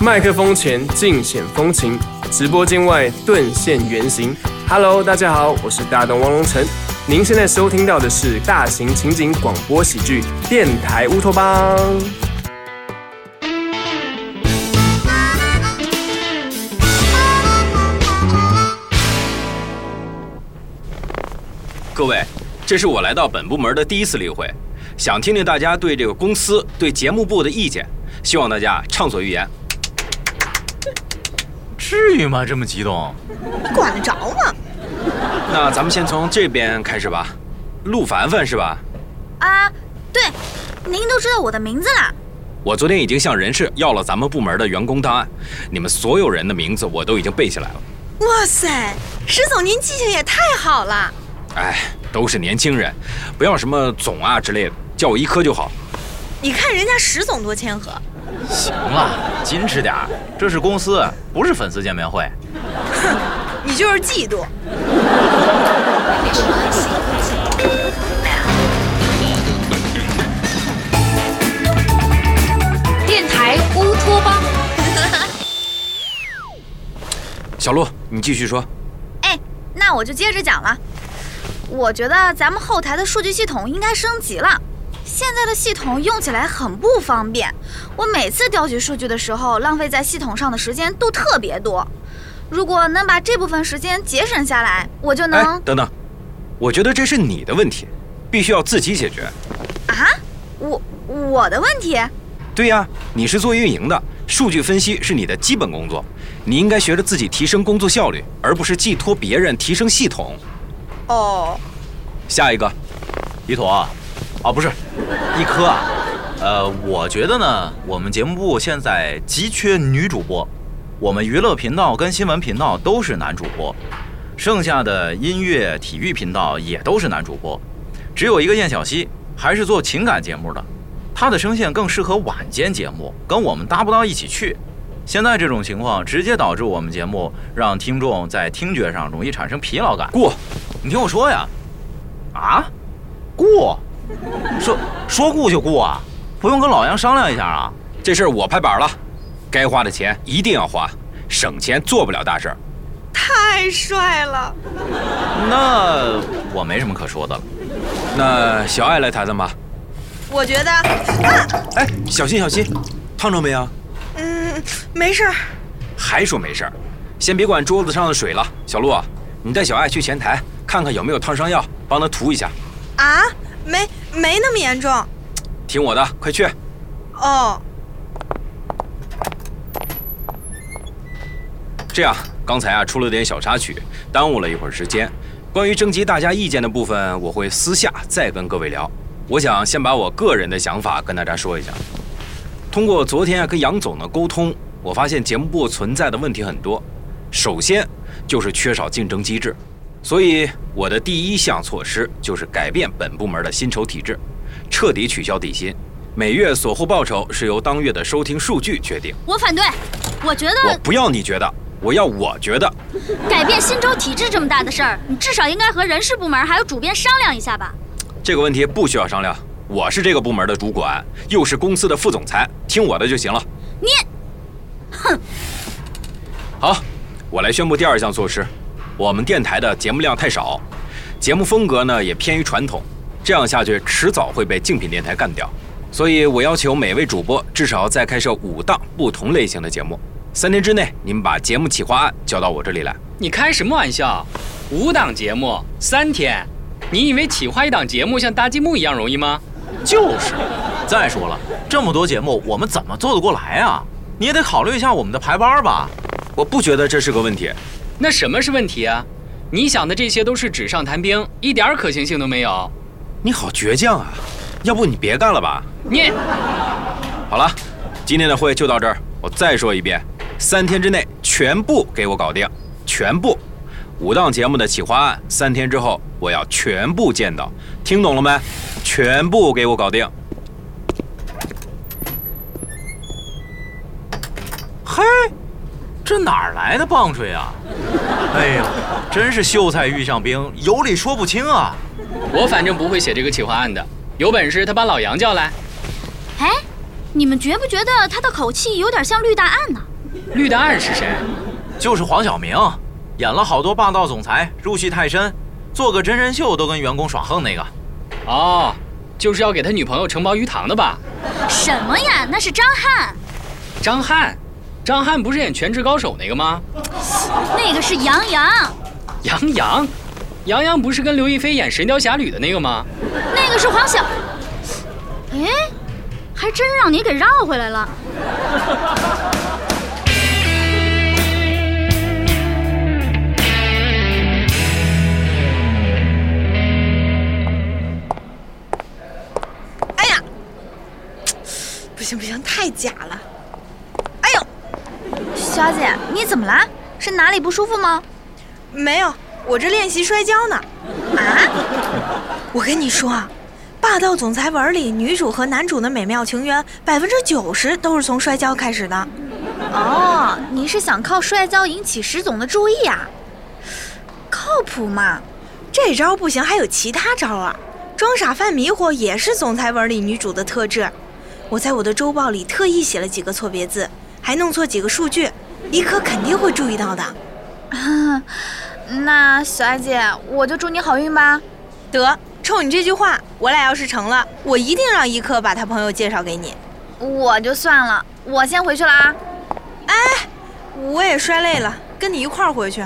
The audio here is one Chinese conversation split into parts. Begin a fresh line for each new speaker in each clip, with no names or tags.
麦克风前尽显风情，直播间外顿现原形。Hello，大家好，我是大东汪龙城。您现在收听到的是大型情景广播喜剧《电台乌托邦》。
各位，这是我来到本部门的第一次例会，想听听大家对这个公司、对节目部的意见，希望大家畅所欲言。
至于吗？这么激动？
管得着吗？
那咱们先从这边开始吧，陆凡凡是吧？
啊，对，您都知道我的名字啦。
我昨天已经向人事要了咱们部门的员工档案，你们所有人的名字我都已经背下来了。
哇塞，石总您记性也太好了。
哎，都是年轻人，不要什么总啊之类的，叫我一科就好。
你看人家石总多谦和。
行了，矜持点儿，这是公司，不是粉丝见面会。
你就是嫉 妒。
电台乌托邦。
小陆，你继续说。
哎，那我就接着讲了。我觉得咱们后台的数据系统应该升级了。现在的系统用起来很不方便，我每次调取数据的时候，浪费在系统上的时间都特别多。如果能把这部分时间节省下来，我就能、
哎，等等，我觉得这是你的问题，必须要自己解决。
啊，我我的问题。
对呀、你是做运营的，数据分析是你的基本工作，你应该学着自己提升工作效率，而不是寄托别人提升系统。
哦，
下一个，
一坨啊，啊不是，一科啊。呃，我觉得呢，我们节目部现在急缺女主播，我们娱乐频道跟新闻频道都是男主播，剩下的音乐、体育频道也都是男主播，只有一个燕小溪还是做情感节目的，她的声线更适合晚间节目，跟我们搭不到一起去。现在这种情况直接导致我们节目让听众在听觉上容易产生疲劳感。
过，
你听我说呀，啊，雇，说说雇就雇啊，不用跟老杨商量一下啊？
这事儿我拍板了，该花的钱一定要花，省钱做不了大事儿。
太帅了！
那我没什么可说的了。
那小爱来谈谈吧。
我觉得，
哎，小心小心，烫着没有？
嗯，没事儿。
还说没事儿，先别管桌子上的水了。小陆啊，你带小爱去前台看看有没有烫伤药，帮她涂一下。
啊，没没那么严重
听我的，快去。
哦。
这样，刚才啊出了点小插曲，耽误了一会儿时间。关于征集大家意见的部分，我会私下再跟各位聊。我想先把我个人的想法跟大家说一下。通过昨天啊跟杨总的沟通，我发现节目部存在的问题很多。首先就是缺少竞争机制，所以我的第一项措施就是改变本部门的薪酬体制，彻底取消底薪。每月所获报酬是由当月的收听数据决定。
我反对，我觉
我
得
不要你觉得，我要我觉得。
改变薪酬体制这么大的事儿，你至少应该和人事部门还有主编商量一下吧。
这个问题不需要商量，我是这个部门的主管，又是公司的副总裁，听我的就行了。
你
好，我来宣布第二项措施。我们电台的节目量太少，节目风格呢也偏于传统，这样下去迟早会被竞品电台干掉。所以我要求每位主播至少再开设五档不同类型的节目，三天之内你们把节目企划案交到我这里来。
你开什么玩笑？五档节目三天，你以为企划一档节目像搭积木一样容易吗？
就是，再说了，这么多节目，我们怎么做得过来啊？你也得考虑一下我们的排班吧。
我不觉得这是个问题，
那什么是问题啊？你想的这些都是纸上谈兵，一点儿可行性都没有。
你好倔强啊！要不你别干了吧？
你
好了，今天的会就到这儿。我再说一遍，三天之内全部给我搞定，全部。五档节目的企划案，三天之后我要全部见到，听懂了没？全部给我搞定。
嘿，这哪儿来的棒槌啊？哎呦，真是秀才遇上兵，有理说不清啊。
我反正不会写这个企划案的，有本事他把老杨叫来。
哎，你们觉不觉得他的口气有点像绿大案呢？
绿答案是谁？
就是黄晓明，演了好多霸道总裁，入戏太深，做个真人秀都跟员工耍横那个。
哦，就是要给他女朋友承包鱼塘的吧？
什么呀？那是张翰，
张翰，张翰不是演《全职高手》那个吗？
那个是杨洋，
杨洋杨，洋不是跟刘亦菲演《神雕侠侣》的那个吗？
那个是黄晓。哎，还真让你给绕回来了。
哎呀，不行不行，太假了。哎呦，
小姐，你怎么啦？是哪里不舒服吗？
没有，我这练习摔跤呢。
啊，
我跟你说啊，霸道总裁文里女主和男主的美妙情缘，百分之九十都是从摔跤开始的。
哦，你是想靠摔跤引起石总的注意啊？靠谱吗？
这招不行，还有其他招啊！装傻犯迷糊也是总裁文里女主的特质。我在我的周报里特意写了几个错别字，还弄错几个数据，一科肯定会注意到的。
那小姐，我就祝你好运吧。
得，冲你这句话，我俩要是成了，我一定让一科把他朋友介绍给你。
我就算了，我先回去了啊。
我也摔累了，跟你一块儿回去。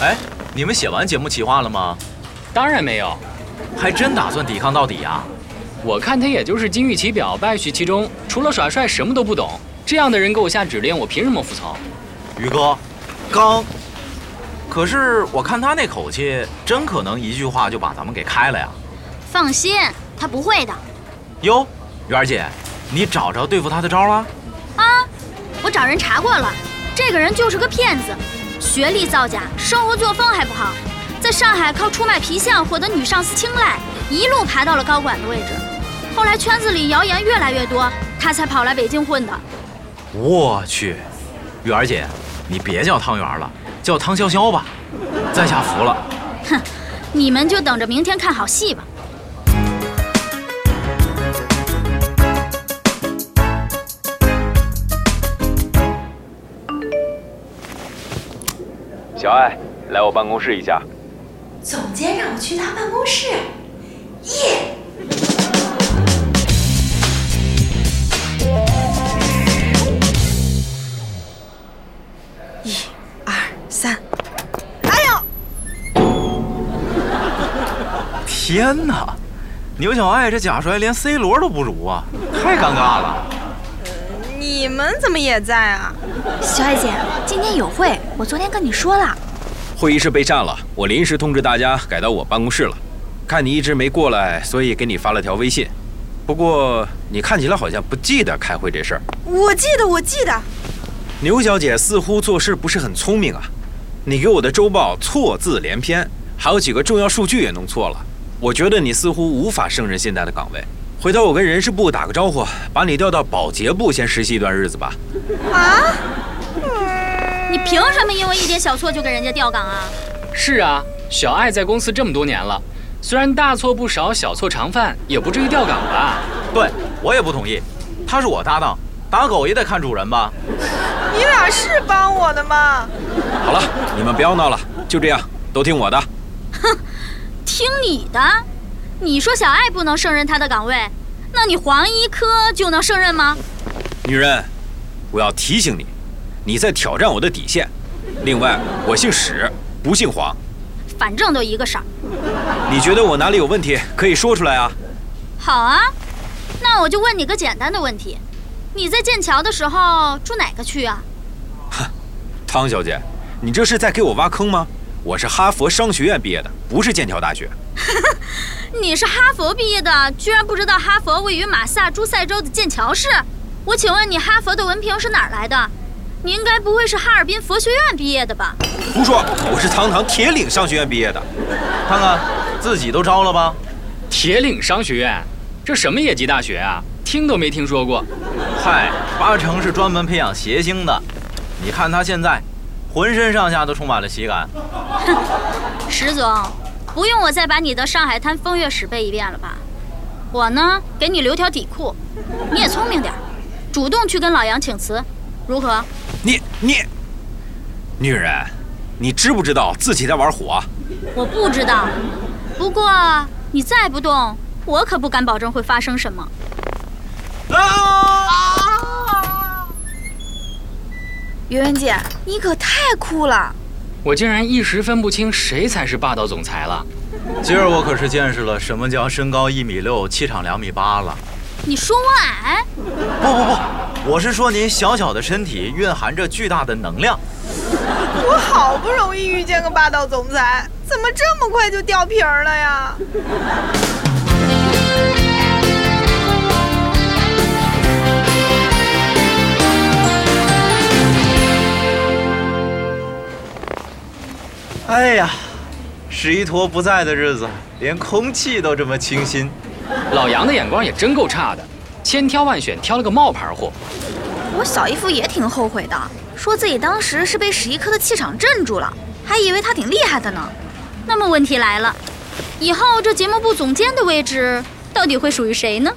哎，你们写完节目企划了吗？
当然没有，
还真打算抵抗到底啊？
我看他也就是金玉其表，败絮其中，除了耍帅什么都不懂。这样的人给我下指令，我凭什么服从？
于哥，刚。可是我看他那口气，真可能一句话就把咱们给开了呀。
放心，他不会的。
哟，媛儿姐，你找着对付他的招儿了？
我找人查过了，这个人就是个骗子，学历造假，生活作风还不好，在上海靠出卖皮相获得女上司青睐，一路爬到了高管的位置。后来圈子里谣言越来越多，他才跑来北京混的。
我去，媛儿姐，你别叫汤圆儿了，叫汤潇潇吧，在下服了。
你们就等着明天看好戏吧。
小艾，来我办公室一下。
总监让我去他办公室，耶！
二三，
天哪，牛小爱这假摔连 C 罗都不如啊，太尴尬了。
你们怎么也在啊？
小艾姐，今天有会，我昨天跟你说了。
会议室被占了，我临时通知大家改到我办公室了。看你一直没过来，所以给你发了条微信。不过你看起来好像不记得开会这事儿。
我记得，我记得。
牛小姐似乎做事不是很聪明啊。你给我的周报错字连篇，还有几个重要数据也弄错了。我觉得你似乎无法胜任现在的岗位。回头我跟人事部打个招呼，把你调到保洁部先实习一段日子吧。
你凭什么因为一点小错就给人家调岗啊？
是啊，小爱在公司这么多年了，虽然大错不少，小错常犯，也不至于调岗吧？
对我也不同意，他是我搭档，打狗也得看主人吧。
你俩是帮我的吗？
好了，你们不要闹了，就这样，都听我的。
听你的，你说小爱不能胜任他的岗位，那你黄一科就能胜任吗？
女人，我要提醒你，你在挑战我的底线。另外，我姓史，不姓黄。
反正都一个色儿。
你觉得我哪里有问题，可以说出来啊。
好啊，那我就问你个简单的问题：你在剑桥的时候住哪个区啊？
汤小姐，你这是在给我挖坑吗？我是哈佛商学院毕业的，不是剑桥大学。
你是哈佛毕业的，居然不知道哈佛位于马萨诸塞州的剑桥市？我请问你，哈佛的文凭是哪儿来的？你应该不会是哈尔滨佛学院毕业的吧？
胡说，我是堂堂铁岭商学院毕业的。
看看自己都招了吧。
铁岭商学院，这什么野鸡大学啊？听都没听说过。
嗨，八成是专门培养谐星的。你看他现在，浑身上下都充满了喜感。
石总，不用我再把你的《上海滩风月史》背一遍了吧？我呢，给你留条底裤，你也聪明点儿，主动去跟老杨请辞，如何？
你你，女人，你知不知道自己在玩火啊？
我不知道，不过你再不动，我可不敢保证会发生什么。
啊
圆圆姐，你可太酷了！
我竟然一时分不清谁才是霸道总裁了。
今儿我可是见识了什么叫身高一米六，气场两米八了。
你说我矮？
不不不，我是说您小小的身体蕴含着巨大的能量。
我好不容易遇见个霸道总裁，怎么这么快就掉皮儿了呀？
哎呀，史一坨不在的日子，连空气都这么清新。
老杨的眼光也真够差的，千挑万选挑了个冒牌货。
我小姨夫也挺后悔的，说自己当时是被史一科的气场镇住了，还以为他挺厉害的呢。
那么问题来了，以后这节目部总监的位置到底会属于谁呢？